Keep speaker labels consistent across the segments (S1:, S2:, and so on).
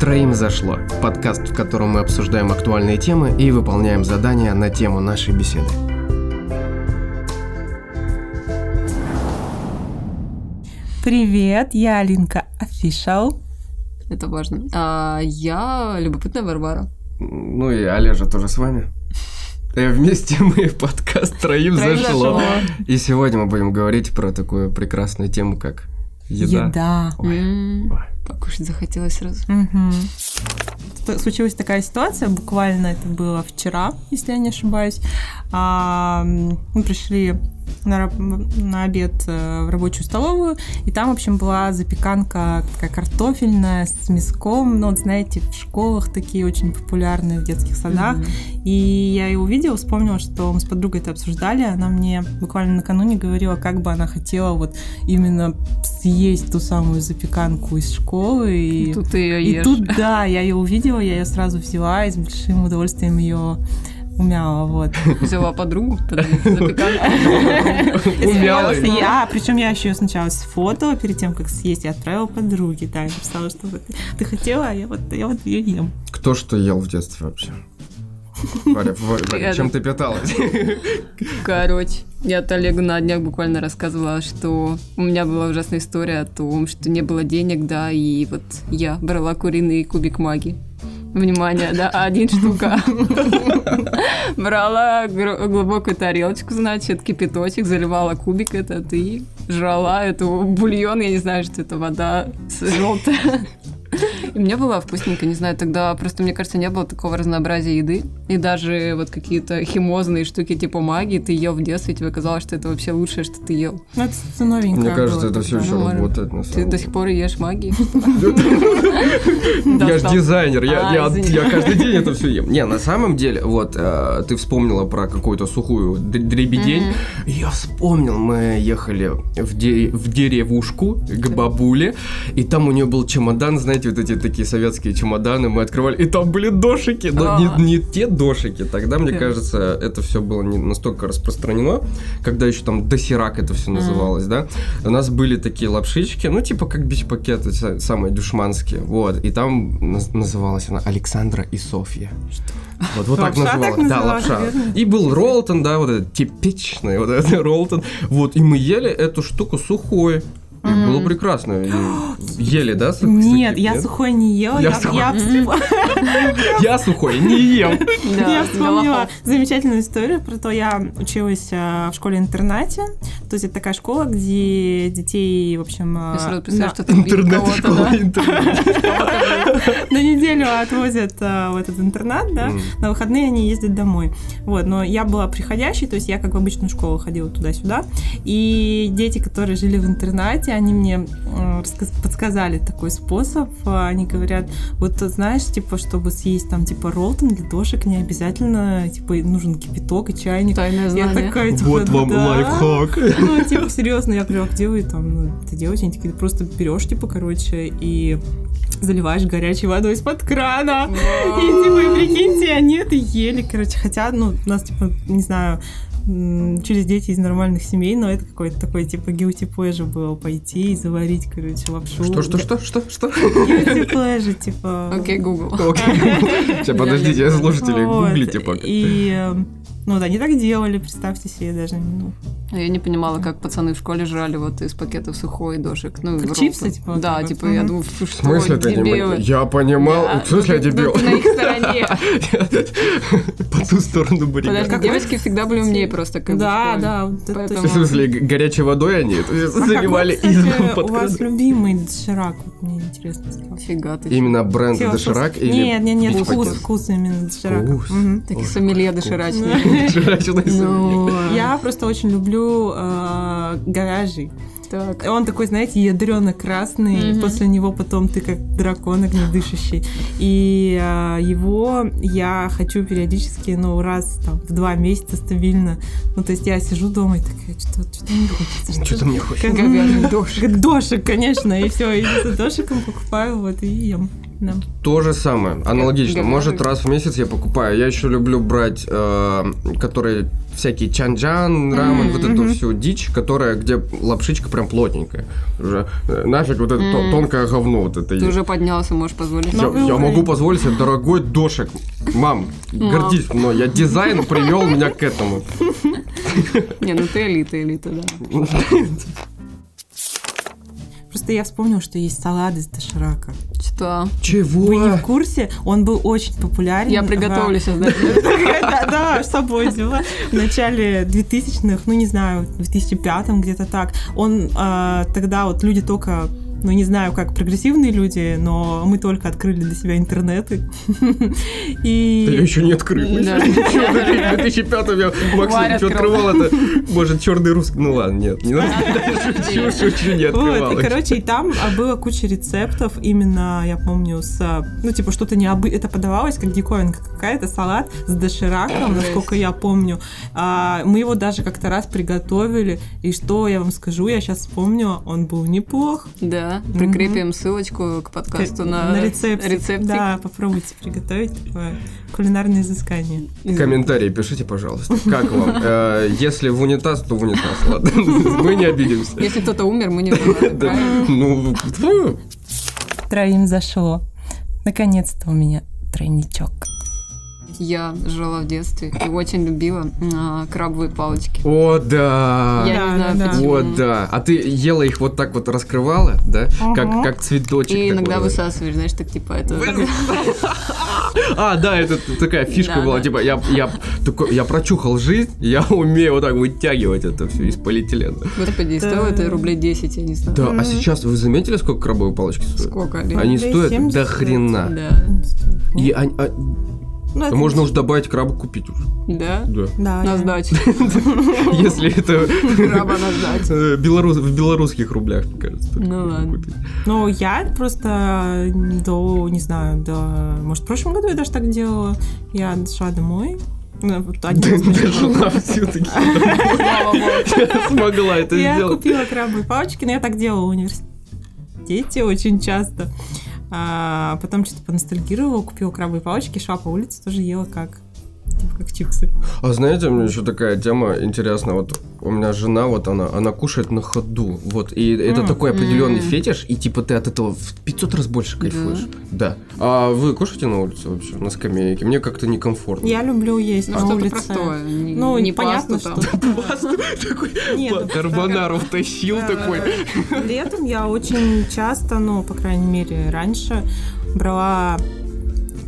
S1: «Троим зашло» – подкаст, в котором мы обсуждаем актуальные темы и выполняем задания на тему нашей беседы.
S2: Привет, я Алинка Official.
S3: Это важно. А, я любопытная Варвара.
S1: Ну и Олежа тоже с вами. Э, Вместе мы подкаст «Троим,
S3: Троим
S1: зашло».
S3: зашло.
S1: И сегодня мы будем говорить про такую прекрасную тему, как еда. Ой.
S3: М,
S1: Ой.
S3: Покушать захотелось сразу.
S2: Мгм. Т- Случилась такая ситуация, буквально это было вчера, если я не ошибаюсь. А, м, мы пришли на, раб- на обед э, в рабочую столовую, и там, в общем, была запеканка такая картофельная с мяском. Ну, вот знаете, в школах такие очень популярные, в детских садах.
S3: Мгм.
S2: И я ее увидела, вспомнила, что мы с подругой это обсуждали. Она мне буквально накануне говорила, как бы она хотела вот именно съесть ту самую запеканку из школы. И,
S3: И тут ты ее
S2: и
S3: ешь.
S2: тут, да, я ее увидела, я ее сразу взяла и с большим удовольствием ее умяла, вот.
S3: Взяла подругу, тогда запеканку.
S1: Умяла.
S3: Смеялась.
S2: Я, причем я еще ее сначала сфотала перед тем, как съесть, и отправила подруге, да, и написала, что вот ты хотела, а я вот, я вот ее ем.
S1: Кто что ел в детстве вообще? Варя, Варя, Варя, чем ты питалась?
S3: Короче, я от Олега на днях буквально рассказывала, что у меня была ужасная история о том, что не было денег, да, и вот я брала куриный кубик маги. Внимание, да, один штука. Брала гр- глубокую тарелочку, значит, кипяточек, заливала кубик этот и жрала эту бульон, я не знаю, что это вода с- желтая. И мне было вкусненько, не знаю, тогда просто, мне кажется, не было такого разнообразия еды. И даже вот какие-то химозные штуки типа магии ты ел в детстве, и тебе казалось, что это вообще лучшее, что ты ел.
S2: Ну, это всё новенькое
S1: Мне кажется,
S2: было
S1: это все
S2: тогда.
S1: еще
S3: Ну, Варя,
S1: работает на
S3: Ты
S1: самом
S3: до
S1: деле.
S3: сих пор и ешь магии.
S1: Я же
S3: Достал.
S1: дизайнер, я,
S3: А,
S1: я-
S3: извини.
S1: я каждый день это все ем. Не, на самом деле, вот э, ты вспомнила про какую-то сухую д- дребедень.
S3: Мгм.
S1: Я вспомнил, мы ехали в, де- в деревушку к бабуле, и там у нее был чемодан, знаете, вот эти такие советские чемоданы мы открывали, и там были дошики, но
S3: А.
S1: не, не те дошики. Тогда, мне
S3: Да.
S1: кажется, это все было не настолько распространено, когда еще там досирак это все называлось, да. У нас были такие лапшички, ну, типа как бич-пакеты, са- самые душманские, вот. И там наз- называлась она Александра и Софья. Вот, вот так
S2: Лапша
S1: называлась.
S2: так
S1: Да,
S2: называлась,
S1: лапша.
S2: верно?
S1: И был Ролтон, да, вот этот типичный вот этот Ролтон. Вот, и мы ели эту штуку сухой. И
S3: Мгм.
S1: было прекрасно. И Ели, да? с- с
S2: Нет,
S1: таким,
S2: я сухой не ела,
S1: Я
S2: я,
S1: сухой.
S2: я вспом-
S1: Я сухой, не ем.
S3: Да,
S2: я вспомнила
S3: Голохов.
S2: замечательную историю про то, я училась э, в школе-интернате, то есть это такая школа, где детей, в общем, э,
S3: Я
S1: А,
S3: сразу
S2: на,
S3: представляю, что ты
S1: Интернет,
S3: бил
S1: школа,
S3: кого-то,
S1: интернет.
S2: на неделю отвозят э, в этот интернат, да,
S1: М.
S2: на выходные они ездят домой. Вот, но я была приходящей, то есть я как в обычную школу ходила туда-сюда. И дети, которые жили в интернате, они мне э, рассказ- подсказали такой способ. Э, Они говорят, вот э, знаешь, типа, чтобы съесть там типа ролтон для дошек, не обязательно, типа, нужен кипяток и
S3: да?
S2: чайник.
S3: Тайное
S2: Я
S3: знание.
S2: такая, типа,
S1: Вот вам
S2: да.
S1: лайфхак.
S2: Ну, типа, серьезно, я говорю, а где вы там, ну, это делаете? Они такие, «Да просто берешь, типа, короче, и заливаешь горячей водой из-под крана. И типа, и прикиньте, они это ели, короче, хотя, ну, нас, типа, не знаю, м, через дети из нормальных семей, но это какой-то такой, типа, guilty pleasure было пойти и заварить, короче, лапшу.
S1: Что, что, что, что, что?
S2: Guilty pleasure, типа...
S3: Окей, Google.
S1: Окей. Сейчас, подождите,
S3: Я не
S1: слушатели,
S2: вот,
S1: гуглите пока.
S2: И, э, ну, да, они так делали, представьте себе, даже, ну,
S3: А Я не понимала, как пацаны в школе жрали вот из пакетов сухой дошек. Ну,
S2: Как
S3: в рот.
S2: чипсы, типа,
S3: Да,
S2: такое?
S3: типа, я
S2: Мгм. А,
S3: думаю, фу,
S1: В
S3: что
S1: смысле ты не
S3: дебилы.
S1: понимал? Я понимал.
S3: Да,
S1: В смысле я
S3: ну,
S1: дебил?
S3: ты На их стороне.
S1: По ту сторону баррикад.
S3: Подожди,
S2: Как
S3: девочки
S2: вы-
S3: всегда были умнее просто, как бы, в
S2: да,
S3: школе.
S2: да, вот это
S3: Поэтому-
S1: В смысле, г- горячей водой они это
S2: А какой,
S1: заливали
S2: кстати,
S1: из под
S2: у вас
S1: кран.
S2: любимый доширак? Вот мне интересно стало.
S3: Фига ты.
S1: Именно бренд
S2: Философ-
S1: доширак или...
S2: Нет, нет, нет,
S1: вкус
S2: вкус,
S1: пакет?
S2: вкус именно доширака.
S1: Вкус.
S2: Мгм.
S3: Такие
S1: Ой,
S3: сомелье
S1: какой
S3: доширачные.
S1: Доширачный сырник.
S3: Ну,
S2: Я просто очень люблю э, говяжий.
S3: так.
S2: Он такой, знаете, ядрено красный.
S3: Мгм.
S2: После него потом ты как дракон огнедышащий. И э, его я хочу периодически, ну, раз там, в два месяца стабильно. Ну, то есть я сижу дома и такая, что-то не хочется. что-то
S1: Что-то мне хочется.
S2: Как-
S3: Говяжий дошик.
S2: Как дошик, конечно, и все, и за дошиком покупаю, вот, и ем. Да.
S1: То же самое, аналогично.
S3: говяжий.
S1: Может, раз в месяц я покупаю. Я еще люблю брать, э, которые всякие чанджан, рамен, вот эту
S2: мгм.
S1: всю дичь, которая, где лапшичка прям плотненькая. Уже э, нафиг вот это то-
S3: М.
S1: тонкое говно вот это
S3: Ты
S1: есть.
S3: уже поднялся, можешь позволить.
S1: Я,
S2: Новый
S1: я
S2: уровень.
S1: могу позволить себе дорогой дошек. Мам,
S3: Мам.
S1: гордись мной. Я дизайн привел меня к этому.
S3: Не, ну ты элита, элита, да.
S2: Просто я вспомнила, что есть салат из доширака.
S3: Что?
S2: Вы не в
S1: Чего?
S2: курсе? Он был очень популярен.
S3: Я
S2: в-
S3: приготовлю сейчас, да.
S2: Да, да, с собой взяла. В начале 2000-х, ну не знаю, в 2005-м где-то так. Он а, тогда вот люди только ну, не знаю, как прогрессивные люди, но мы только открыли для себя интернеты.
S1: Да Я
S2: И...
S1: еще не открыл.
S3: Да.
S1: Чё, в 2005 я максимум
S3: Варя
S1: что
S3: открывала.
S1: открывал, это, может, черный русский. Ну ладно, нет, не надо. Шучу, шучу, не
S2: Вот, и,
S1: открывал.
S2: короче, и там а, было куча рецептов, именно, я помню, с, а, ну, типа, что-то необы... Это подавалось, как диковинка какая-то, салат с дошираком,
S3: Жесть.
S2: насколько я помню. А, мы его даже как-то раз приготовили, и что я вам скажу, я сейчас вспомню, он был неплох.
S3: Да,
S2: Мгм.
S3: прикрепим ссылочку к подкасту на,
S2: рецептик.
S3: рецептик.
S2: Да, попробуйте приготовить такое кулинарное изыскание.
S1: Комментарии пишите, пожалуйста. Как вам? Э, Если в унитаз, то в унитаз, ладно. Мы не обидимся.
S3: Если кто-то умер, мы не виноваты,
S1: Да.
S3: правильно?
S1: Ну, фу.
S2: Троим зашло. Наконец-то у меня тройничок.
S3: Я жила в детстве и очень любила а, крабовые палочки.
S1: о, да.
S3: Я не
S2: Да, да,
S3: знаю,
S2: да.
S3: почему.
S1: О, А. да. А ты ела их вот так вот раскрывала, да? Как,
S2: Ага.
S1: как цветочек.
S3: И
S1: такой
S3: иногда
S1: вот.
S3: высасываешь, знаешь, так типа это...
S1: А, да, это т- такая фишка
S3: Да,
S1: была.
S3: да.
S1: Типа, я, я, такой, я прочухал жизнь, я умею вот так вытягивать это все из полиэтилена.
S3: Господи, стоило это рублей 10, я не знаю.
S1: Да, а сейчас вы заметили, сколько крабовые палочки стоят?
S3: Сколько?
S1: Они
S2: Рублей
S1: стоят
S2: 70.
S1: до хрена.
S3: Да.
S1: И они- а-
S2: Ну, это
S1: можно уже добавить краба купить уже.
S3: Да?
S1: Да.
S2: Да,
S3: На
S2: да.
S3: сдачу.
S1: Если это
S3: Краба на сдачу.
S1: э, белорус- в белорусских рублях, мне кажется. только
S3: Ну
S1: можно
S3: ладно.
S1: купить.
S2: Но Ну, я просто до, не знаю, до... Может, в прошлом году я даже так делала. Я шла домой. Ну, вот один раз мы шли.
S1: Жена все-таки
S3: Слава богу.
S1: смогла это
S2: Я
S1: сделать.
S2: купила крабовые палочки, но я так делала в университете очень часто. А потом что-то поностальгировала, купила крабовые палочки, шла по улице, тоже ела как... Типа как чипсы.
S1: А знаете, у меня еще такая тема интересная. Вот у меня жена, вот она, она кушает на ходу. Вот, и это
S2: М.
S1: такой определенный
S3: М.
S1: фетиш, и типа ты от этого в 500 раз больше
S3: Да.
S1: кайфуешь. Да. А вы кушаете на улице вообще, на скамейке? Мне как-то некомфортно.
S2: Я люблю есть
S3: Ну
S2: на
S3: что-то
S2: улице.
S3: простое. не-
S2: Ну,
S3: Не
S2: понятно,
S3: пасту
S2: что...
S3: там.
S1: Пасту такой
S2: Нет,
S1: по-
S2: ну,
S1: карбонару втащил
S2: Да,
S1: такой.
S2: да, да. Летом я очень часто, ну, по крайней мере, раньше брала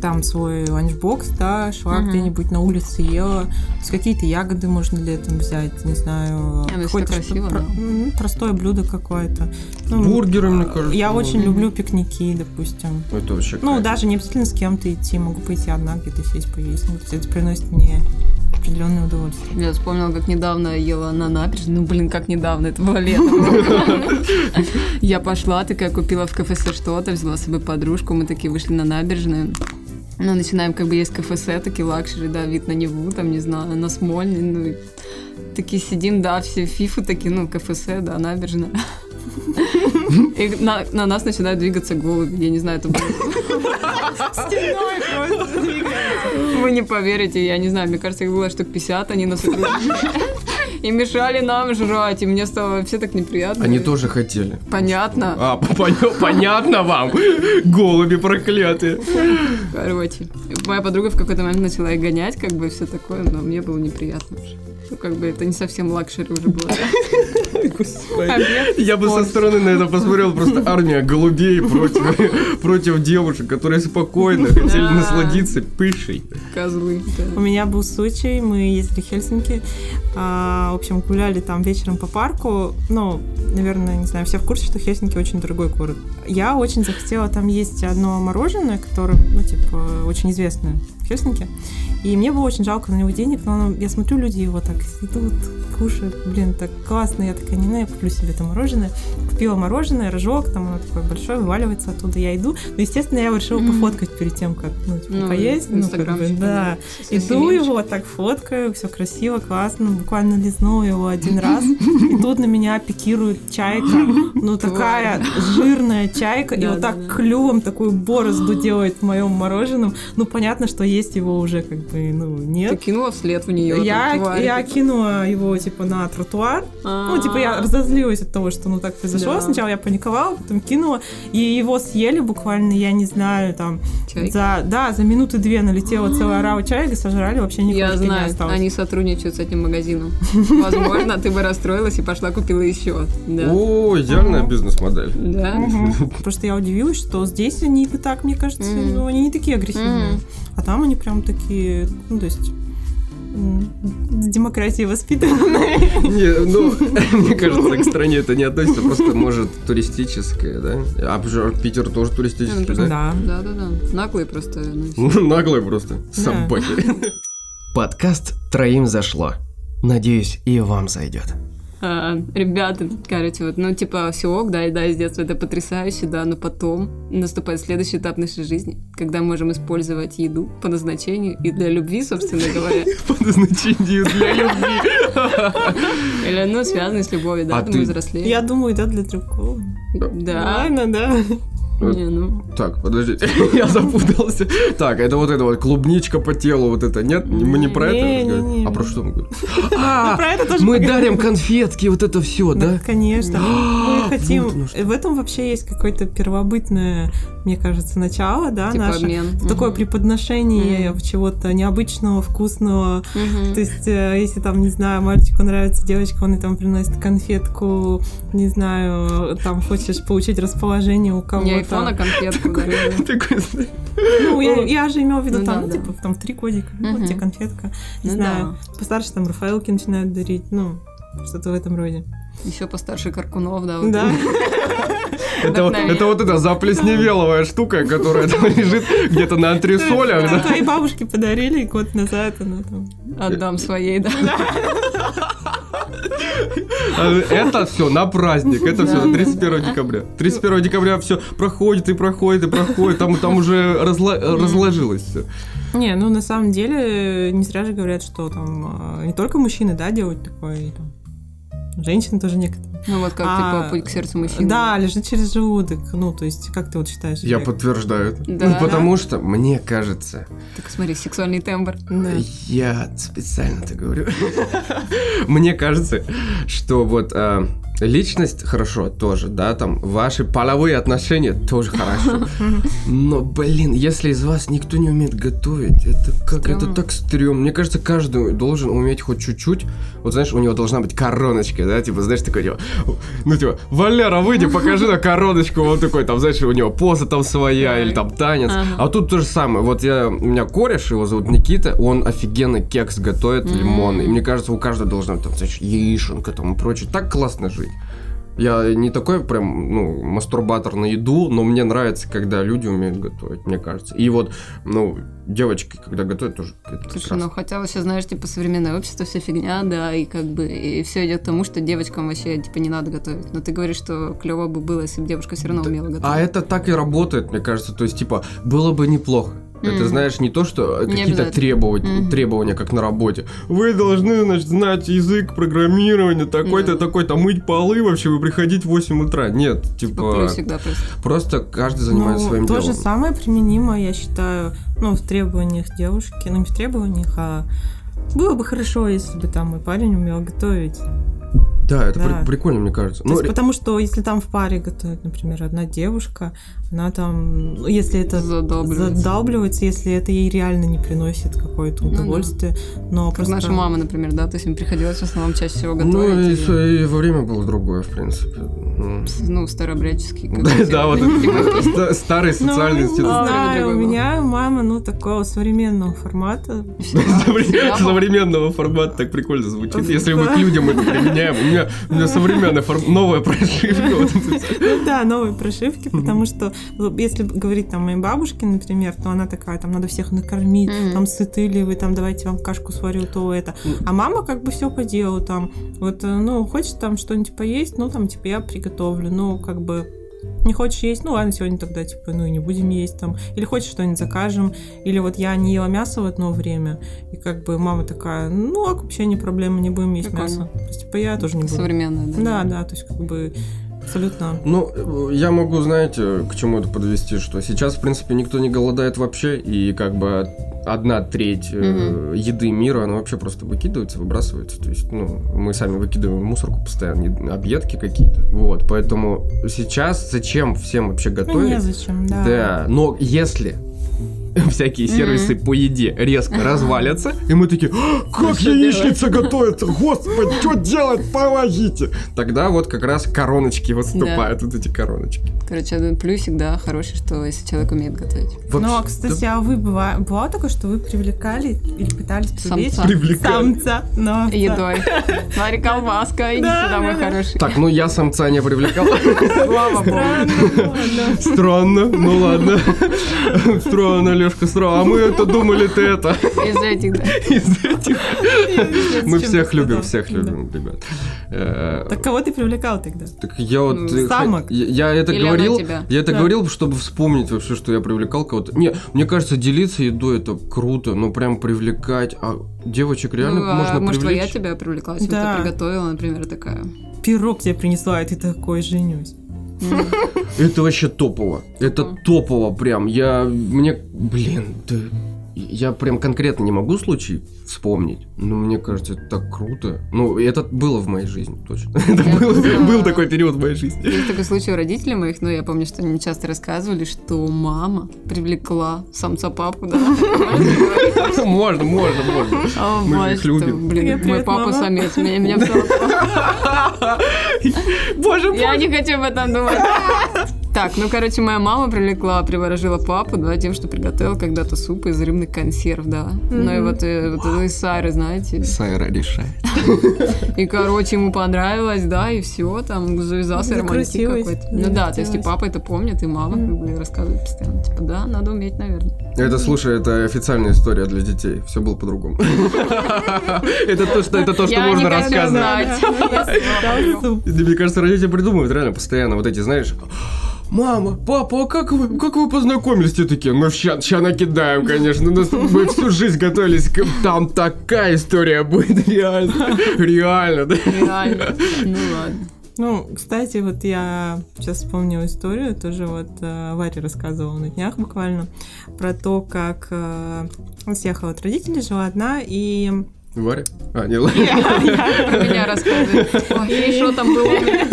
S2: там свой ланчбокс, да, шла
S3: Мгм.
S2: где-нибудь на улице, ела. То есть какие-то ягоды можно летом взять, не знаю.
S3: ну,
S2: какое-то что-то
S3: всегда красиво,
S2: про-
S3: да.
S2: м, Простое блюдо какое-то. Ну,
S1: Бургеры, мне кажется. ну,
S2: Я очень
S3: Мгм.
S2: люблю пикники, допустим.
S1: Это вообще
S2: Ну,
S1: кайф.
S2: даже не обязательно с кем-то идти, могу пойти одна где-то сесть, поесть. Ну, то есть Это приносит мне определенное удовольствие.
S3: Я вспомнила, как недавно я ела на набережной. Ну, блин, как недавно, это было летом. Я пошла, такая купила в КФС что-то, взяла с собой подружку, мы такие вышли на набережную. Ну, начинаем как бы есть КФС, такие лакшери, да, вид на Неву, там, не знаю, на Смольный, ну, и такие сидим, да, все фифы такие, ну, КФС, да, набережная. И на, на нас начинают двигаться голуби, я не знаю, это было... Вы не поверите, я не знаю, мне кажется, их было штук 50, они нас окружили. И мешали нам жрать, и мне стало вообще так неприятно.
S1: Они тоже хотели.
S3: Понятно.
S1: А, поня- понятно вам, голуби проклятые.
S3: Короче, моя подруга в какой-то момент начала их гонять, как бы все такое, но мне было неприятно уже. Ну, как бы это не совсем лакшери уже было. Обед.
S1: Я бы со стороны на это посмотрел, просто армия голубей против, против девушек, которые спокойно хотели
S3: Да.
S1: насладиться пышей.
S3: Козлы.
S2: У
S3: да.
S2: меня был случай, мы ездили в Хельсинки, а, в общем, гуляли там вечером по парку, ну, наверное, не знаю, все в курсе, что Хельсинки очень дорогой город. Я очень захотела, там есть одно мороженое, которое, ну, типа, очень известное в Хельсинки, и мне было очень жалко на него денег, но оно- я смотрю, люди его так идут, кушают, блин, так классно, я такая, не, ну, я куплю себе это мороженое. Купила мороженое, рожок, там оно такое большое, вываливается оттуда, я иду, ну, естественно, я его решила
S3: Мгм.
S2: пофоткать перед тем, как, ну, типа,
S3: Ну,
S2: поесть, ну, как бы,
S3: инстаграмчик,
S2: да.
S3: Со
S2: Иду
S3: семечек.
S2: его так фоткаю, все красиво, классно, буквально лизнула его один раз, и тут на меня пикирует чайка, ну такая жирная черная чайка, и
S3: Да,
S2: вот
S3: да,
S2: так
S3: да.
S2: клювом такую борозду делает в моем мороженом. Ну, понятно, что есть его уже как бы, ну,
S3: Ты
S2: нет.
S3: кинула вслед в нее.
S2: Я, я кинула его, типа, на тротуар. Ну, типа, я разозлилась от того, что, ну, так произошло.
S3: А. Да.
S2: Сначала я паниковала, потом кинула. И его съели буквально, я не знаю, там... За, да, за минуты две налетела целая рава чаек и сожрали, вообще никакой
S3: Я
S2: не
S3: знаю,
S2: осталось.
S3: они сотрудничают с этим магазином. Возможно, ты бы расстроилась и пошла купила еще. Да.
S1: О, идеальная
S2: Ага.
S1: бизнес-модель.
S3: Да.
S2: Мгм. Потому что я удивилась, что здесь они не так, мне кажется,
S3: Мгм.
S2: ну, они не такие агрессивные.
S3: Мгм.
S2: А там они прям такие, ну, то есть м, с демократией воспитанные.
S1: Не, ну, мне кажется, к стране это не относится, просто, может, туристическое, да? А же Питер тоже туристический,
S3: Ну,
S1: да?
S2: Да.
S3: Да-да-да. Наглые просто. ну, всё.
S1: Наглые просто, собаки. Подкаст «Троим зашло». Надеюсь, и вам зайдет.
S3: А, Ребята, короче, вот, ну, типа, все ок, да, и да, из детства это потрясающе, да, но потом наступает следующий этап нашей жизни, когда мы можем использовать еду по назначению и для любви, собственно говоря.
S1: По назначению для любви.
S3: Или, ну, связанной с любовью, да,
S1: А
S3: там
S1: ты-
S3: мы взрослее.
S2: Я думаю, да, для другого.
S3: Да.
S2: Ладно, да.
S1: Вот.
S3: Не, ну,
S1: Так, подождите, я запутался. Так, это вот это вот клубничка по телу, вот это, нет? Мы не про это
S2: Не, не,
S1: разговариваем?
S2: не.
S1: А про что мы говорим?
S2: Ну,
S1: А,
S2: про это тоже
S1: мы
S2: поговорим.
S1: дарим конфетки, вот это все,
S2: Да,
S1: да? Ну
S2: Конечно. Мы хотим...
S1: Вот оно что.
S2: В этом вообще есть какое-то первобытное, мне кажется, начало, да,
S3: типа
S2: наше.
S3: обмен.
S2: Такое преподношение чего-то необычного, вкусного,
S3: Мгм.
S2: То есть, э, если там, не знаю, мальчику нравится девочка, он и там приносит конфетку, не знаю, э, там хочешь получить расположение у
S3: Не айфон, а
S2: кого-то.
S3: конфетку, да.
S1: Такой, знаешь,
S2: Ну, я, я же имела в виду
S3: Ну
S2: там,
S3: да,
S2: ну,
S3: да.
S2: типа, там в три годика, ну,
S3: Мгм.
S2: вот тебе конфетка. Не
S3: Ну
S2: знаю, постарше там Рафаэлки начинают дарить, ну, что-то в этом роде.
S3: Еще постарше Каркунов, да. вот.
S2: Да.
S1: Это, вот-
S3: Вдохновение.
S1: это вот эта заплесневеловая штука, которая там лежит где-то на антресолях.
S2: Это
S1: да?
S2: Твоей бабушке подарили год назад, она там.
S3: Отдам своей, да.
S1: А Это все на праздник, это все
S3: Да.
S1: на 31 декабря. 31 декабря все проходит и проходит и проходит, там, там уже разла- разложилось все.
S2: Не, ну на самом деле, э, не зря же говорят, что там э, не только мужчины, да, делают такое, и там женщины тоже некоторые.
S3: Ну, вот как,
S2: А,
S3: типа, путь к сердцу мужчины.
S2: Да, лежит через желудок. Ну, то есть, как ты вот считаешь?
S1: Я
S2: Олег?
S1: подтверждаю это.
S3: Да.
S1: Ну, Потому что, мне кажется,
S3: Так смотри, сексуальный тембр.
S2: Да.
S1: я специально это говорю. Мне кажется, что вот а, личность хорошо тоже, да, там ваши половые отношения тоже хорошо.
S2: Мгм.
S1: Но, блин, если из вас никто не умеет готовить, это как это
S3: Стрёмно.
S1: так стрёмно. Мне кажется, каждый должен уметь хоть чуть-чуть. Вот знаешь, у него должна быть короночка, да, типа, знаешь, такой, типа, ну, типа, Валера, выйди, покажи на короночку. Он такой, там, знаешь, у него поза там своя или там танец.
S3: Ага.
S1: А тут то же самое. Вот я, у меня кореш, его зовут Никита, он офигенно кекс готовит
S3: М.
S1: лимонный. И мне кажется, у каждого должна быть, там, знаешь, яишенка там и прочее. Так классно жить. Я не такой прям, ну, мастурбатор на еду, но мне нравится, когда люди умеют готовить, мне кажется. И вот, ну, девочки, когда готовят, тоже это
S3: Слушай, ну
S1: прекрасно.
S3: хотя бы сейчас, знаешь, типа современное общество, вся фигня, да, и как бы и все идет к тому, что девочкам вообще типа не надо готовить. Но ты говоришь, что клево бы было, если бы девушка все равно
S1: Да.
S3: умела готовить.
S1: А это так и работает, мне кажется. То есть, типа, было бы неплохо. Это,
S3: Мгм.
S1: знаешь, не то, что э,
S3: Не
S1: какие-то
S3: обязательно.
S1: требования,
S3: Мгм.
S1: требования, как на работе. Вы должны, значит, знать язык программирования, такой-то,
S3: Да.
S1: такой-то, мыть полы вообще, вы приходить в 8 утра. Нет,
S3: Типа
S1: типа,
S3: плюсик, да, просто.
S1: просто каждый занимается
S2: Ну,
S1: своим
S2: то
S1: делом.
S2: же самое применимо, я считаю, ну, в требованиях девушки, ну, не в требованиях, а было бы хорошо, если бы там и парень умел готовить.
S1: Да, это
S2: Да.
S1: при- прикольно, мне кажется.
S2: То
S1: Ну,
S2: есть,
S1: ре-
S2: потому что если там в паре готовит, например, одна девушка, она там, ну, если это
S3: Задолбливается.
S2: задалбливается, если это ей реально не приносит какое-то
S3: Ну да.
S2: удовольствие, но
S3: Как
S2: просто...
S3: наша мама, например, да, то есть им приходилось в основном чаще всего готовить.
S1: Ну, и,
S3: и-
S1: с- и во время было другое, в принципе. Ну.
S3: ну, старообрядческий. как
S1: Да,
S3: бы,
S1: да, вот
S3: типа,
S1: это ста- старый
S2: Ну,
S1: социальный
S2: не
S1: институт.
S2: знаю, у
S3: Другой был.
S2: меня мама, ну, такого современного формата,
S1: Совре-
S3: всегда было.
S1: Современного формата так прикольно звучит.
S2: Да.
S1: Если мы к людям это применяем, у меня, у меня современная форм- новая прошивка. вот это всё.
S2: Ну да, новые прошивки, потому что ну, если говорить там моей бабушке, например, то она такая, там надо всех накормить,
S3: Мгм.
S2: там сыты ли вы, там давайте вам кашку сварю, то это.
S1: Мгм.
S2: А мама как бы все по делу там, вот, э, ну, хочешь там что-нибудь поесть, ну, там, типа, я приготовлю, ну, как бы, не хочешь есть, ну ладно, сегодня тогда, типа, ну и не будем есть там. Или хочешь что-нибудь закажем. Или вот я не ела мясо в одно время. И как бы мама такая, ну ок, вообще не проблема, не будем есть
S3: Прикольно.
S2: мясо. То есть, типа, я тоже не буду.
S3: Современная, да.
S2: Да, да, то есть как бы Абсолютно.
S1: Ну, э, я могу, знаете, к чему это подвести, что сейчас, в принципе, никто не голодает вообще, и как бы одна треть э,
S3: Мгм.
S1: еды мира, она вообще просто выкидывается, выбрасывается. То есть, ну, мы сами выкидываем в мусорку постоянно, ед- объедки какие-то. Вот, поэтому сейчас зачем всем вообще
S2: Ну,
S1: готовить?
S2: незачем, да.
S1: Да, но если всякие
S3: Мгм.
S1: сервисы по еде резко развалятся, и мы такие, «А,
S2: Ну,
S1: как
S3: Что
S1: яичница готовится, господи, что делать, помогите. Тогда вот как раз короночки выступают, вот эти короночки.
S3: Короче, один плюсик, да, хороший, что если человек умеет готовить.
S1: Вообще,
S2: Ну, а, кстати, а вы быва- бывало такое, что вы привлекали или пытались привлечь
S3: Самца.
S1: привлекает.
S2: самца, но...
S3: Едой. Смотри, колбаска, иди
S2: Да,
S3: сюда, мой
S2: да, да.
S3: хороший.
S1: Так, ну я самца не привлекал.
S3: Слава богу.
S2: Странно, ладно.
S1: Странно, ну ладно. Странно, Лешка, странно. А мы это думали, ты это.
S3: Из этих, да.
S1: Из этих. Мы
S2: ну, Зачем
S1: всех
S2: ты
S1: любим,
S2: сказал?
S1: всех
S2: Да.
S1: любим, ребят. Э,
S2: Так кого ты привлекал тогда?
S1: Так я вот...
S3: Ну,
S1: э, хо-
S2: самок.
S1: Я, я это
S3: Или
S1: говорил,
S3: она тебя?
S1: я это
S2: Да.
S1: говорил, чтобы вспомнить вообще, что я привлекал кого-то. Не, мне кажется, делиться едой это круто, но прям привлекать... А девочек реально
S3: Ну, а
S1: можно
S3: может, твоя
S1: привлечь?
S3: тебя привлекла, что
S2: Да.
S3: ты приготовила, например, такая.
S2: Пирог тебе принесла, и ты такой, женюсь.
S3: М.
S1: Это вообще топово. Это
S3: Мгм.
S1: топово прям. Я... Мне... Блин, да... Я прям конкретно не могу случай вспомнить, но мне кажется, это так круто. Ну, это было в моей жизни, точно. Это
S3: Я
S1: было-
S3: знаю.
S1: был такой период в моей жизни.
S3: Есть такой случай у родителей моих, но я помню, что они часто рассказывали, что мама привлекла самца папу, да.
S1: Можно, можно, можно.
S3: А,
S1: Мы же
S3: мать,
S1: их
S3: что,
S1: любим.
S3: Блин,
S2: Привет,
S3: мой папа
S2: мама.
S3: самец, меня меня всё равно.
S2: Боже мой!
S3: Я не хочу об этом думать. Так, ну, короче, моя мама привлекла, приворожила папу, да, тем, что приготовила когда-то суп из рыбных консерв, да. Ну и
S2: Мгм.
S3: вот, э, вот это из Сайры, знаете.
S1: Сайра решает.
S3: И, короче, ему понравилось, да, и все, там завязался романтик
S2: Закрутилось,
S3: какой-то. Ну да, то есть и
S2: завертелось.
S3: папа это помнит, и мама как бы рассказывает постоянно, типа, да, надо уметь, наверное.
S1: Это, слушай, это официальная история для детей. Все было по-другому. Это то, что, это то, что
S3: Я не
S1: можно
S3: хочу
S1: рассказывать.
S3: знать.
S1: Мне кажется, родители придумывают реально постоянно вот эти, знаешь... Мама, папа, а как вы, как вы познакомились? Те такие, ну ща, ща накидаем, конечно. Нас- мы всю жизнь готовились, к- там такая история будет, реально. Реально, да?
S3: Реально. Ну ладно.
S2: Ну, кстати, вот я сейчас вспомнила историю, тоже вот э, Варя рассказывала на днях буквально, про то, как э, съехала от родителей, жила одна, и...
S1: Варя? А, не, ладно.
S3: Про меня рассказывает. Ой, и что там было у меня?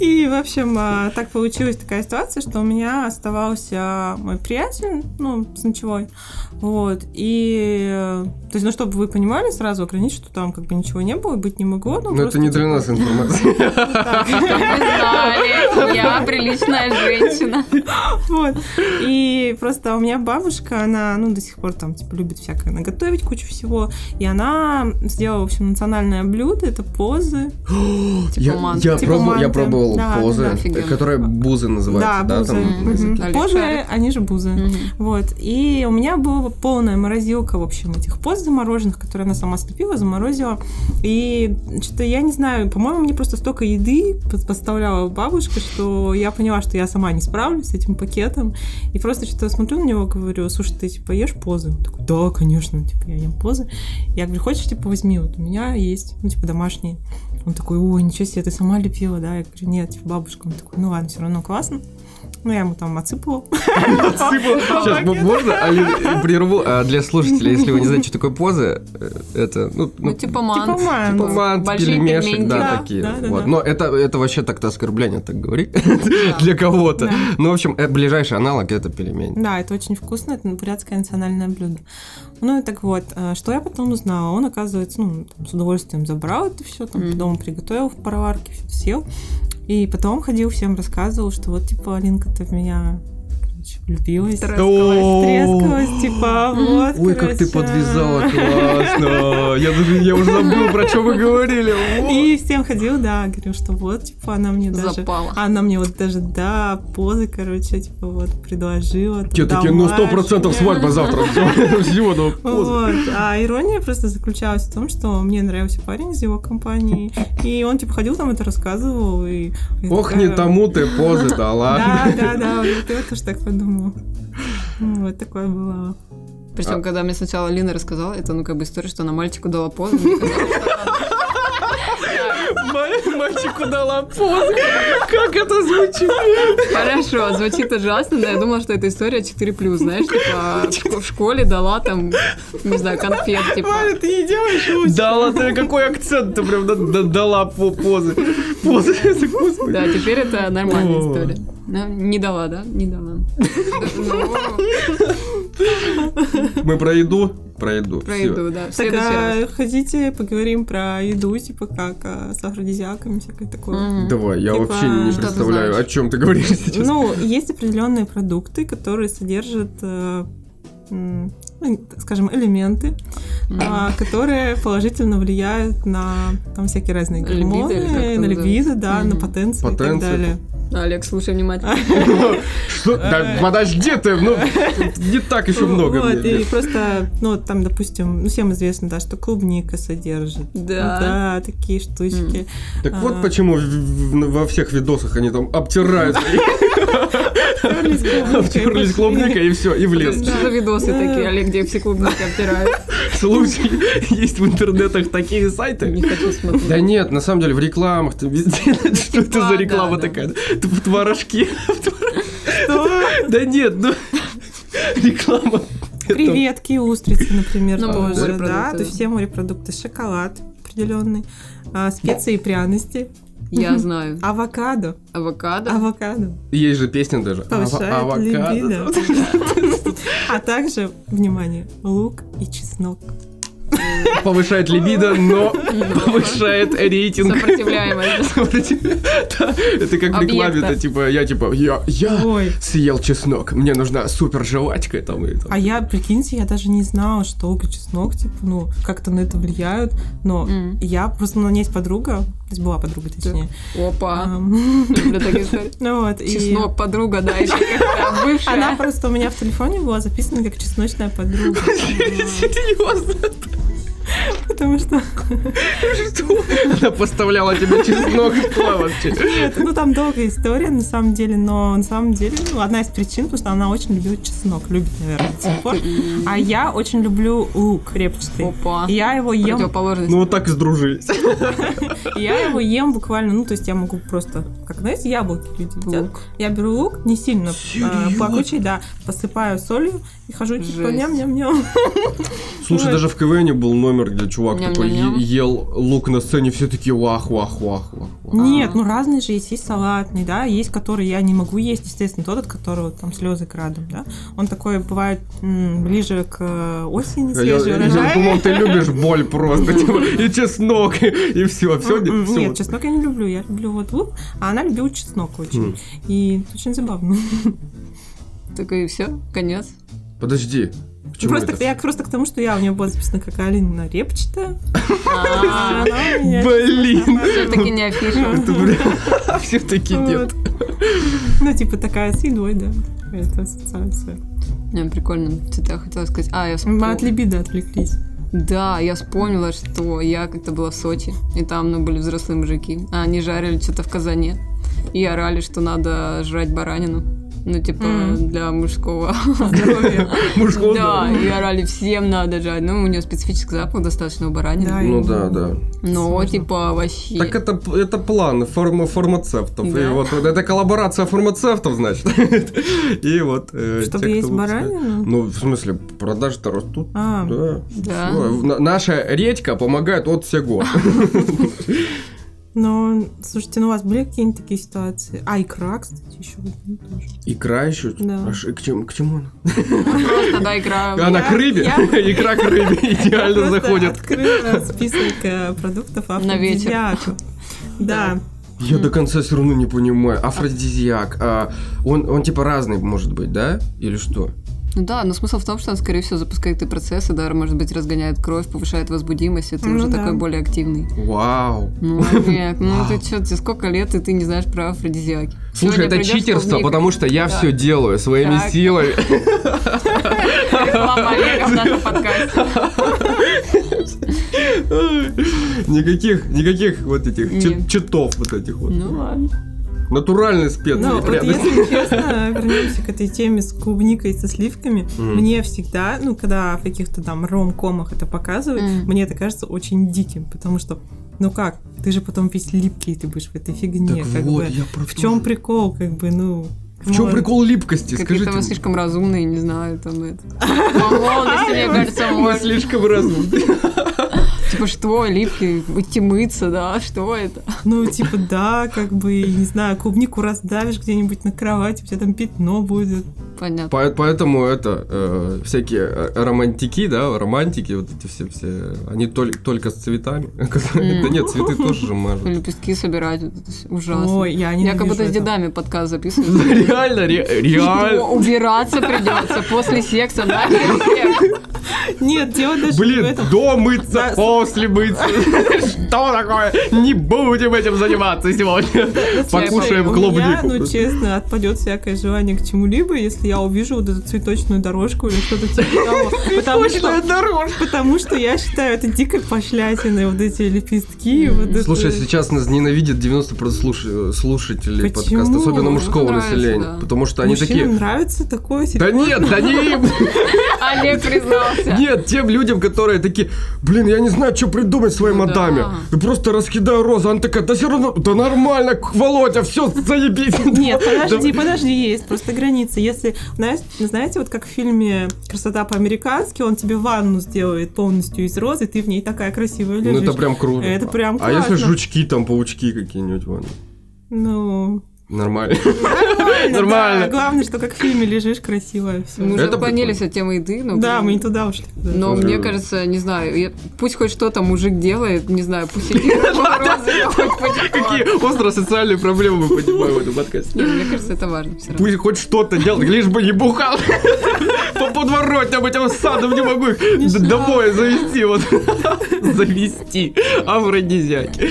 S2: И, в общем, э, так получилась такая ситуация, что у меня оставался мой приятель, ну, с ночевой, вот, и... э, То есть, ну, чтобы вы понимали, сразу ограничить, что там как бы ничего не было, и быть не могло, ну,
S1: Но это
S2: просто
S1: не для нас информация.
S2: так.
S3: Вы знали, я приличная женщина.
S2: Вот. И просто у меня бабушка, она, ну, до сих пор там, типа, любит всякое наготовить, кучу всего. И она сделала, в общем, национальное блюдо, это позы.
S1: Я,
S3: манты.
S1: я
S2: Типа
S1: пробовал, я
S2: манты.
S1: пробовал
S2: Да,
S1: позы,
S2: да,
S3: да. Офигенно.
S1: которые бузы называются, да,
S2: Да, бузы.
S1: там на
S3: Мгм.
S1: языке?
S3: Алишарик.
S2: Позы, они же бузы.
S3: Мгм.
S2: Вот. И у меня была полная морозилка, в общем, этих поз замороженных, которые она сама слепила, заморозила. И что-то я не знаю, по-моему, мне просто столько еды под- поставляла бабушка, что я поняла, что я сама не справлюсь с этим пакетом. И просто что-то смотрю на него, говорю, слушай, ты типа ешь позы? Он такой, да, конечно, типа я ем позы. Я говорю, хочешь, типа возьми, вот у меня есть, ну типа домашние. Он такой, о, ничего себе, ты сама лепила, да? Я говорю, нет, типа бабушка. Он такой, ну ладно, все равно классно. Ну, я ему там отсыпала.
S1: Отсыпал. Сейчас, м- можно? Алина, прерву. А для слушателя, если вы не знаете, что такое поза, э, это, ну,
S3: Ну,
S1: ну,
S3: типа мант.
S2: Типа мант.
S1: типа мант,
S3: Большие
S1: пельмешек,
S3: пельменьки.
S1: да,
S2: Да,
S1: такие.
S2: да, да,
S1: Вот.
S2: да.
S1: Но это, это вообще так-то оскорбление, так говорить, для кого-то.
S2: Да.
S1: Ну, в общем, э, ближайший аналог это пельмень.
S2: Да, это очень вкусно, это бурятское национальное блюдо. Ну и так вот, э, что я потом узнала? Он, оказывается, ну, там, с удовольствием забрал это все, там,
S3: Мгм.
S2: дома приготовил в пароварке, все съел. И потом ходил, всем рассказывал, что вот, типа, Алинка, ты в меня, короче, влюбилась.
S3: Трескалась.
S1: О,
S2: Трескалась, типа,
S3: М.
S2: вот,
S1: Ой, как ты
S2: короче.
S1: подвязала, классно. Я даже, я уже забыл, про что вы говорили.
S2: И всем ходил, да, говорил, что вот, типа, она мне даже... А.
S3: Запала.
S2: Она мне вот даже, да, позы, короче, типа, вот, предложила.
S1: Те
S2: там,
S1: такие, ну, сто процентов свадьба
S2: домашние».
S1: завтра. Всего, ну, поза.
S2: Вот. А ирония просто заключалась в том, что мне нравился парень из его компании, и он типа ходил там это рассказывал, и... и
S1: Ох,
S2: такая-
S1: не тому ты позы дала.
S2: Да, да, да, вот это я тоже так подумала. Ну, Вот такое было.
S3: Причем, когда мне сначала Лина рассказала, это ну как бы история, что она мальчику дала позу. мне казалось, что она-
S1: мальчику дала позы. Как это звучит?
S3: Хорошо, звучит ужасно, но я думала, что это история 4+, знаешь, типа в шко- в школе дала там, не знаю, конфет, типа.
S2: Ладно, ты не делаешь лучше.
S1: Дала ты, какой акцент ты прям да- да- дала по позы. Позы, господи.
S3: Да, теперь это нормальная
S1: О.
S3: история. Ну, не дала, да? Не дала. Ну,
S1: Мы про еду? Про еду.
S3: Про
S1: всё.
S3: еду, да. В
S2: Так,
S3: следующий раз.
S2: а, хотите, поговорим про еду, типа как а, с афродизиаками, всякое такое.
S3: Мгм.
S1: Давай, я
S2: Типа,
S1: вообще не
S2: что
S3: ты
S1: представляю, о
S3: знаешь?
S1: чем ты говоришь сейчас.
S2: Ну, есть определенные продукты, которые содержат, э, м, ну, так скажем, элементы,
S3: Мгм.
S2: а, которые положительно влияют на там всякие разные
S3: Либидо или как
S2: гормоны,
S3: это
S2: на либидо,
S3: называется?
S2: да, на
S3: Мгм.
S2: потенцию и так
S1: Потенцию.
S2: далее.
S3: Олег, слушай внимательно.
S2: Ну.
S1: Что? Да подожди ты, ну, тут не так еще много.
S2: Вот,
S1: мне-
S2: и просто, ну, там, допустим, ну, всем известно, да, что клубника содержит. Да,
S3: Да.
S2: такие штучки.
S1: Так вот
S2: А.
S1: почему в- в- во всех видосах они там обтирают,
S2: Обтерлись клубникой,
S1: обтерлись
S2: пошли.
S1: клубникой и все, и в
S3: Что
S1: лес.
S3: за видосы
S2: Да.
S3: такие, Олег, где все клубники обтирают?
S1: Слушай, есть в интернетах такие сайты.
S3: Не хочу смотреть.
S1: Да нет, на самом деле в рекламах ты везде. Что это
S3: типа,
S1: за
S3: да,
S1: реклама
S3: да.
S1: такая? Ты В творожке.
S2: Что?
S1: Да нет, ну реклама. это-
S2: Креветки, устрицы, например,
S3: Ну,
S2: тоже,
S3: морепродукты,
S2: да,
S3: да.
S2: то есть все морепродукты, шоколад определенный, а, специи и пряности,
S3: Я знаю.
S2: авокадо,
S3: Авокадо.
S2: авокадо
S1: Есть же песня даже.
S2: повышает
S1: Ава-
S2: либидо,
S1: авокадо.
S2: а также, внимание, лук и чеснок.
S1: Повышает либидо, но повышает рейтинг.
S3: Сопротивляемость.
S1: Да, Это как в рекламе, да,
S3: Объекта.
S1: типа, я типа, я, я
S2: Ой,
S1: съел чеснок, мне нужна супер жвачка и там. и там.
S2: а я, прикиньте, я даже не знала, что лук и чеснок, типа, ну, как-то на это влияют, но
S3: М.
S2: я просто, ну, у меня есть подруга, то есть была подруга, точнее.
S3: Опа.
S2: Ам,
S3: Люблю такие истории.
S2: ну Вот, и-
S3: А? Чеснок, подруга, да, еще как-то бывшая.
S2: Она просто у меня в телефоне была записана как чесночная подруга.
S1: Серьезно?
S2: Потому что,
S1: Что? Она поставляла тебе чеснок в плавочке.
S2: нет, ну там долгая история на самом деле, но на самом деле ну, одна из причин, потому что она очень любит чеснок, любит, наверное, до сих пор. А я очень люблю лук репчатый.
S3: Опа.
S2: И Я его ем,
S3: Противоположность.
S1: Ну вот так и сдружились.
S2: и я его ем буквально, ну то есть я могу просто, как знаете, яблоки люди едят.
S3: Лук.
S2: Я беру лук, не сильно э,
S1: Серьёзно?
S2: плакучий, да, посыпаю солью и хожу типа
S3: Жесть.
S2: ням-ням-ням.
S1: Слушай,
S2: Ой.
S1: даже в КВН был номер, где чувак такой
S3: Ням-ням-ням.
S1: е- ел лук на сцене, все такие вах, вах, вах, вах. вах.
S2: Нет, ну разные же есть, есть салатный, да, есть, который я не могу есть, естественно, тот, от которого там слезы крадом, да. Он такой бывает м, ближе к э, осени,
S1: Я,
S2: свежий
S1: я
S2: урожай.
S1: думал, ты любишь боль просто, типа, и чеснок, и, а все, все,
S2: М-м,
S1: все.
S2: Нет, чеснок я не люблю, я люблю вот лук, а она любила чеснок
S1: Хм.
S2: очень. И это очень забавно.
S3: Так и все, конец.
S1: Подожди, почему
S2: просто,
S1: это?
S2: Я просто к тому, что я у нее была записана как Алина репчатая.
S3: А,
S1: Блин,
S3: Все-таки не афиша.
S1: это, бля, все такие нет.
S2: типа Вот. Ну, типа такая с едой, да. Это ассоциация.
S3: Не, Прикольно, что-то я хотела сказать. А, я
S2: Мы от
S3: вспомнила.
S2: либидо отвлеклись.
S3: Да, я вспомнила, что я как-то была в Сочи, и там ну, были взрослые мужики, а они жарили что-то в казане и орали, что надо жрать баранину. Ну, типа,
S2: Мгм.
S3: для мужского.
S2: Здоровье.
S1: Мужского
S3: да,
S1: да.
S3: и орали, всем надо жрать. Ну, у нее специфический запах достаточно у
S2: Да,
S3: баранины.
S2: и-
S1: Ну да, да.
S3: Но,
S2: Сложно.
S3: типа, вообще...
S1: Так это, это план фарма- фармацевтов. И
S3: Да.
S1: вот это коллаборация фармацевтов, значит. И вот. э,
S2: Чтобы
S1: те, кто
S2: есть
S1: вот знает.
S2: баранину?
S1: Ну, в смысле, продажи-то растут.
S2: А,
S1: Да.
S3: Да.
S1: Всё. На- Наша редька помогает от всего.
S2: ну, слушайте, ну у вас были какие-нибудь такие ситуации? А, икра, кстати, еще тоже.
S1: Икра еще?
S2: Да.
S1: А ш- К чему, к чему она?
S3: Просто, да, игра.
S1: Она
S2: я-
S1: к рыбе.
S2: я-
S1: Икра к рыбе идеально
S2: Просто
S1: заходит.
S2: открыла список э, продуктов
S3: На вечер.
S2: афродизиака. Да.
S1: Я до конца все равно не понимаю. Афродизиак. а, Он он типа разный может быть, да? Или что?
S3: Ну да, но смысл в том, что он, скорее всего, запускает и процессы, да, может быть, разгоняет кровь, повышает возбудимость, и ты
S2: Ну
S3: уже
S2: да.
S3: такой более активный.
S1: Вау.
S3: Ну, Олег, ну ты чё, ты сколько лет, и ты не знаешь про афродизиаки?
S1: Слушай,
S3: Сегодня
S1: это
S3: придёшь с
S1: читерство,
S3: клубникой.
S1: потому что я
S3: Да.
S1: все делаю своими
S3: Так.
S1: силами.
S3: Реклама Олега в нашем подкасте.
S1: Никаких, никаких вот этих
S3: Нет.
S1: чит- читов вот этих вот.
S3: Ну ладно.
S1: Натуральный спец.
S2: Ну,
S1: мне
S2: вот
S1: прям.
S2: если честно, вернемся к этой теме с клубникой и со сливками.
S1: Мгм.
S2: Мне всегда, ну, когда в каких-то там ром-комах это показывают,
S3: Мгм.
S2: мне это кажется очень диким, потому что ну как, ты же потом весь липкий, ты будешь в этой фигне,
S1: Так
S2: как
S1: вот,
S2: бы.
S1: я про
S2: В
S1: то
S2: чем
S1: же.
S2: прикол, как бы, ну...
S1: В чем
S2: вот.
S1: прикол липкости? Скажите.
S3: Какие-то вы
S1: мне.
S3: слишком разумные, не знаю, там это. По молодости, мне кажется,
S1: Мы
S3: можно.
S1: слишком разумны.
S3: Типа, что, липкий, идти мыться, да, что это?
S2: Ну, типа, да, как бы, не знаю, клубнику раздавишь где-нибудь на кровати, у тебя там пятно будет.
S3: Понятно.
S1: По- Поэтому это э, всякие э, романтики, да, романтики, вот эти все, все, они толь- только с цветами. Да нет, цветы тоже же мажут.
S3: Лепестки собирать, вот это всё ужасно.
S2: Ой, я не
S3: Я как будто с дедами подкаст записываю.
S1: Реально, ре-
S3: Что,
S1: реально.
S3: убираться придется после секса, да?
S2: Нет, дело даже не в
S1: Блин,
S2: этом.
S1: до мыться,
S2: Да,
S1: после мыться. Что такое? Не будем этим заниматься сегодня. Покушаем
S2: У меня, ну,
S1: клубнику.
S2: честно, отпадет всякое желание к чему-либо, если я увижу вот эту цветочную дорожку или что-то типа того. Потому что, потому что я считаю это дикой пошлятиной, вот эти лепестки. вот это-
S1: Слушай, сейчас нас ненавидят 90% слуш- слушателей
S2: Почему?
S1: подкаста, особенно
S3: Мне
S1: мужского
S3: нравится,
S1: населения.
S3: да.
S1: Потому что они
S2: Мужчинам
S1: такие...
S2: нравится такое
S1: Да нет, да не им!
S3: Олег признался.
S1: Нет, тем людям, которые такие, блин, я не знаю, что придумать своей
S3: Ну да.
S1: мадаме. И просто раскидаю розы. Она такая, да все равно, да нормально, к- Володя, все, заебись.
S2: Нет, подожди, подожди, есть просто граница. Если, знаешь, знаете, вот как в фильме «Красота по-американски», он тебе ванну сделает полностью из розы, ты в ней такая красивая
S1: Ну
S2: лежишь.
S1: это прям круто.
S2: Это прям
S1: А если
S2: классно.
S1: жучки, там паучки какие-нибудь, вон.
S2: Ну,
S1: Нормально.
S2: нормально,
S1: Нормально.
S2: да. Главное, что как в фильме лежишь красиво.
S3: Мы
S2: всё.
S3: уже
S1: Это
S3: отклонились от темы еды,
S1: Ну,
S3: но...
S2: Да, мы не туда ушли. Да.
S3: Но
S1: Да.
S3: мне кажется, не знаю, я- пусть хоть что-то мужик делает, не знаю, пусть сидит розы, я хоть потекла.
S1: Какие остро-социальные проблемы мы поднимаем в этом подкасте.
S3: Не, Мне кажется, это важно все равно.
S1: Пусть хоть что-то делает, лишь бы не бухал. По подворотням этим садом не могу их д-
S2: знаю.
S1: домой завести. Вот. Завести. Афродизиаки.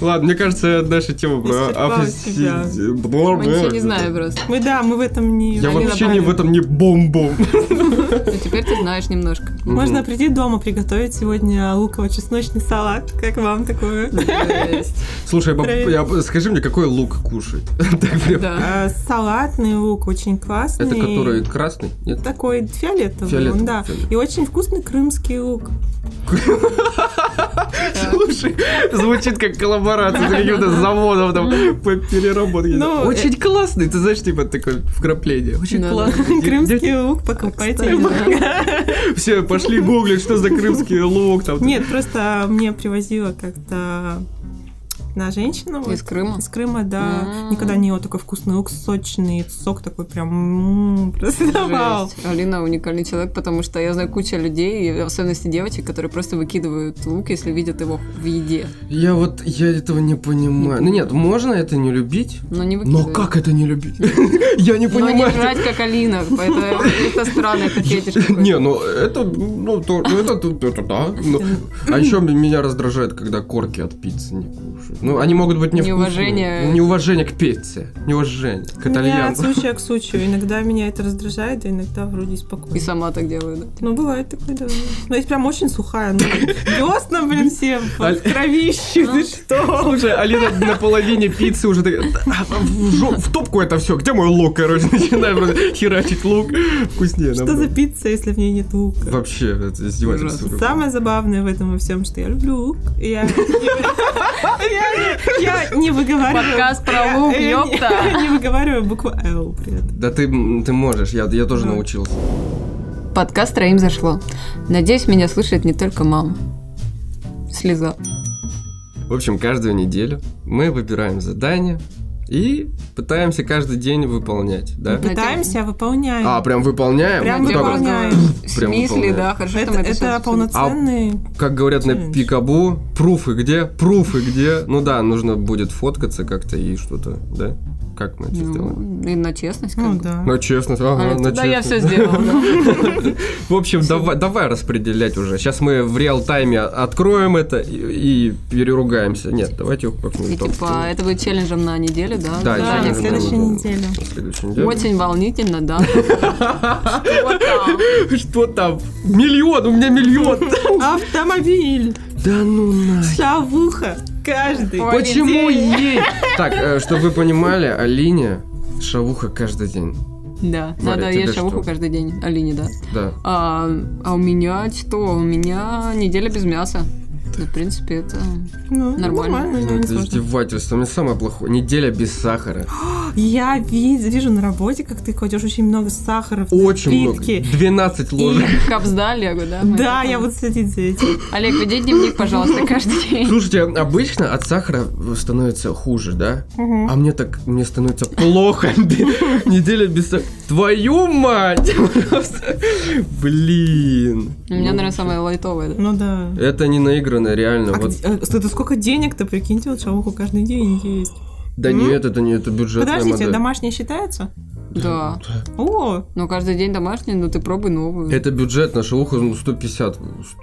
S1: Ладно, мне кажется, наша тема про
S2: Исчерпала себя.
S1: афродизиаки.
S3: Мы ничего не знаем просто.
S2: Мы, да, мы в этом не...
S1: Я
S3: Они
S1: вообще не
S3: добавили.
S1: в этом не бомбом.
S3: Но Ну, теперь ты знаешь немножко.
S1: ну.
S2: Можно прийти дома, приготовить сегодня луково-чесночный салат. Как вам такое?
S3: Жесть.
S1: Слушай, баб-
S2: Привет.
S1: я- скажи мне, какой лук кушать? Так прям.
S3: Да.
S2: А, Салатный лук очень классный.
S1: Это который красный? Нет?
S2: Такой фиолетовый,
S1: Фиолетовый,
S2: он, да.
S1: фиолетовый.
S2: И очень вкусный крымский лук.
S1: Слушай, звучит как коллаборация с каким-то заводом там по переработке.
S2: Ну,
S1: Очень классный, ты знаешь, типа такое вкрапление. Очень
S3: Да,
S1: классный.
S2: Крымский лук покупайте.
S1: Все пошли гуглить, что за крымский лук там.
S2: Нет, просто мне привозила как-то на женщину. вот,
S3: Из Крыма. М-м-м.
S2: Из Крыма, да.
S3: М.
S2: Никогда не ела такой вкусный лук, сочный, сок такой прям м, просто давал.
S3: Жесть. Алина уникальный человек, потому что я знаю куча людей, и в особенности девочек, которые просто выкидывают лук, если видят его в еде.
S1: Я вот, я этого не понимаю. Ну нет, можно это не любить,
S3: Но не
S1: но
S3: выкидывают.
S1: как это не любить? Я не
S2: Ну,
S3: Но не
S1: понимаю.
S3: жрать, как Алина. Поэтому это странно, это фетиш какой-то.
S1: Не, ну это, ну то, ну, это, тут- это да. ну. а еще м- меня раздражает, когда корки от пиццы не кушают. Ну, они могут быть невкусными.
S3: Неуважение.
S1: Неуважение к пицце. Неуважение к
S2: У меня от
S1: итальянцам.
S2: случая к случаю. Иногда меня это раздражает, а иногда вроде
S3: И
S2: спокойно.
S3: сама так делаю, да?
S2: Ну, бывает такое, да. Ну, есть прям очень сухая. Ну, десна, блин, все
S1: Аль-
S2: в кровище,
S3: Ну.
S2: ты что?
S1: Слушай, Алина А на половине пиццы уже такая, «Да, в, жо- в топку это все, где мой лук, короче, начинаем просто херачить лук, вкуснее.
S2: Что за
S1: намного.
S2: пицца, если в ней нет лука?
S1: Вообще, это издевательство.
S3: Ужасно.
S2: Самое забавное в этом во всем, что я люблю лук. И Я, я, я не выговариваю.
S3: Подкаст про лук,
S2: Я- я не-
S3: ёпта.
S2: Не выговариваю букву Л при этом.
S1: Да ты, м, ты можешь, я, я тоже
S2: Да.
S1: научился.
S3: Подкаст троим зашло. Надеюсь, меня слышит не только мама. Слеза.
S1: В общем, каждую неделю мы выбираем задание и пытаемся каждый день выполнять, да?
S3: Надеюсь.
S2: Пытаемся, выполняем.
S1: А, прям выполняем? Ну,
S2: Прям
S1: Вот так вот.
S2: выполняем.
S3: В
S1: Прям
S3: смысле,
S1: выполняю.
S3: да, хорошо,
S2: это
S3: что мы это,
S2: это
S3: всё обсудили.
S2: полноценный...
S1: Как говорят на
S2: Челлендж.
S1: пикабу, пруфы где? Пруфы где? Ну да, нужно будет фоткаться как-то и что-то, да? Как мы это сделаем?
S3: Ну, и на честность,
S1: А,
S3: как
S2: Ну
S3: бы.
S2: да.
S1: На честность, ага,
S3: Алис,
S1: А, на
S3: да, я
S1: честность.
S3: все сделала. да.
S1: В общем, давай, давай распределять уже. Сейчас мы в реал-тайме откроем это и, и переругаемся. Нет, давайте
S3: И
S1: как-нибудь
S3: типа, это будет челленджем на неделю, да?
S1: Да,
S2: Да,
S1: челленджем
S2: на
S1: на
S2: следующей
S1: неделю.
S2: неделе.
S1: на следующей неделе.
S3: Очень волнительно, да. Что там?
S1: Что там? Миллион, у меня миллион.
S2: Автомобиль,
S1: Да ну на.
S2: шавуха, каждый.
S3: Ой.
S1: Почему
S2: Блин.
S1: ей? Так, э, чтобы вы понимали, Алине шавуха каждый день.
S3: Да, надо
S1: тебе
S3: есть
S1: что?
S3: шавуху каждый день, Алине, да.
S1: Да.
S3: типа, А а у меня что? У меня неделя без мяса. Ну, в принципе, это...
S2: Ну,
S3: Нормально.
S2: нормально,
S1: Ну,
S2: не
S1: это
S2: сложно.
S1: издевательство. Мне самое плохое. Неделя без сахара.
S2: Я ви- вижу на работе, как ты кладешь очень много сахара в
S1: Очень много.
S2: плитки.
S1: 12 ложек.
S3: Капсда Олегу, да? мы
S2: Да,
S3: это-
S2: я буду следить за этим.
S3: Олег, веди дневник, пожалуйста, каждый день.
S1: Слушайте, обычно от сахара становится хуже, да?
S2: Мгм.
S1: А мне так, мне становится плохо. Неделя без сахара. Твою мать! Просто. Блин. Ну,
S3: У меня, наверное, самое лайтовое. да.
S2: Ну да.
S1: Это не наигранно, реально.
S2: А
S1: Вот.
S2: где- а сто- это сколько денег-то, прикиньте, вот человеку каждый день есть.
S1: Да
S2: М?
S1: нет, это не это бюджетная
S2: Подождите, а
S1: модель.
S2: домашняя считается?
S3: Да.
S2: О,
S3: Но каждый день домашний, но ты пробуй новую.
S1: Это бюджет, наша уха ну, 150.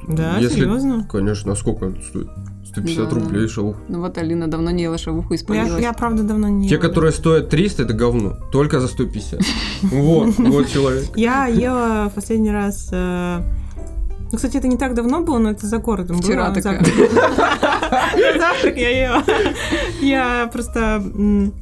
S2: да,
S1: Если-
S2: серьезно.
S1: Конечно, а сколько это стоит? 150
S3: Да, да.
S1: рублей шелуха.
S3: Ну вот Алина давно не ела шавуху и
S2: Я,
S3: спалилась.
S2: я, правда давно не.
S1: Те,
S2: ела.
S1: которые стоят 300, это говно. Только за 150. Вот, вот человек.
S2: Я ела в последний раз. э, Ну, кстати, это не так давно было, но это за городом
S3: Вчера
S2: было. на
S3: такая.
S2: завтрак. На завтрак я ела. Я просто м,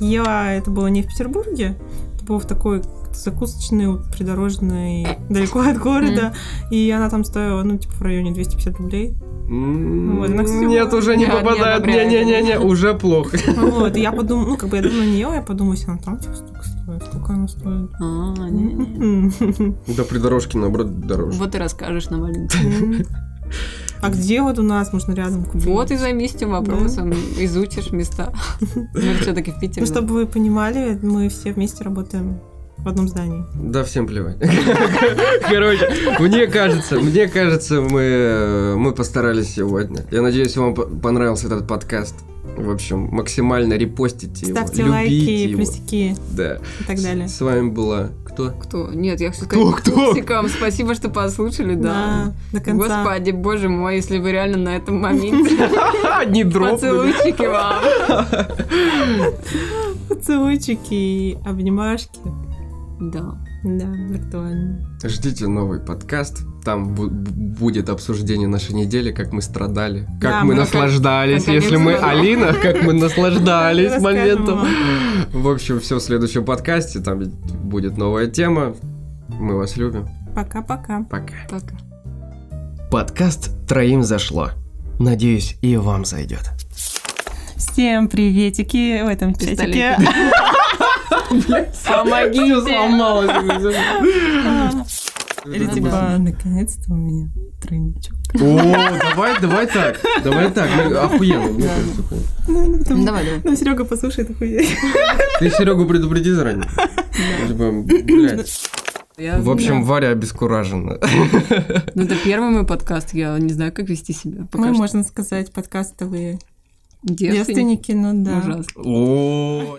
S2: ела, это было не в Петербурге, это было в такой закусочной, вот, придорожной, далеко от города, и она там стоила, ну, типа, в районе 250 рублей. Вот, ну, кстати,
S1: Нет, уже не
S3: я не
S1: попадают.
S3: одобряю
S1: Не-не-не,
S3: это.
S1: уже плохо.
S2: Вот, и я подумала, ну, как бы я давно не ела, я подумала, если она там, типа, столько стоит, сколько она стоит.
S3: А, не, не.
S2: М.
S1: Да придорожки, наоборот, дороже.
S3: Вот и расскажешь нам, Алина.
S2: А где вот у нас, можно рядом купить?
S3: Вот и займись этим вопросом, изучишь места. Мы все-таки в Питере.
S2: Ну, чтобы вы понимали, мы все вместе работаем в одном здании.
S1: Да всем плевать. Короче, мне кажется, мне кажется, мы, э, мы постарались сегодня. Я надеюсь, вам по- понравился этот подкаст. В общем, максимально репостите его,
S2: Ставьте
S1: любите
S2: лайки,
S1: его.
S2: плюсики
S1: Да.
S2: и так далее.
S1: С вами была кто?
S3: Кто? Нет, я хочу
S1: Кто,
S3: сказать
S1: кто?
S3: пупсикам. Спасибо, что послушали, да.
S2: до конца.
S3: Господи, боже мой, если вы реально на этом моменте.
S1: Одни дропнули.
S3: Поцелуйчики вам.
S2: Поцелуйчики и обнимашки.
S3: Да.
S2: Да, виртуально.
S1: Ждите новый подкаст. Там бу- будет обсуждение нашей недели, как мы страдали, как
S2: Да,
S1: мы
S2: мы
S1: наслаждались.
S3: наконец-
S1: Если мы
S3: наконец-то.
S1: Алина, как мы наслаждались
S2: Расскажем
S1: моментом.
S2: вам.
S1: В общем, все в следующем подкасте. Там будет новая тема. Мы вас любим.
S2: Пока-пока.
S1: Пока.
S3: Пока.
S1: Подкаст троим зашло. Надеюсь, и вам зайдет.
S2: Всем приветики в этом чатике.
S3: Пистолетики. Помогите.
S2: Или типа, наконец-то у меня тройничок.
S1: О, давай, давай так. Давай так. ну, Охуенно. мне
S3: Да.
S1: кажется, охуенно.
S2: Ну, ну, там-
S3: Давай, давай.
S2: ну, Серега послушает охуеть.
S1: Ты Серегу предупреди заранее. Типа, блядь.
S3: Я-
S1: В общем, Варя обескуражена.
S3: Ну, это первый мой подкаст, я не знаю, как вести себя. Пока
S2: Мы,
S3: что
S2: можно сказать, подкастовые
S3: девственник.
S2: девственники, ну да.
S3: Ужасно.
S1: О.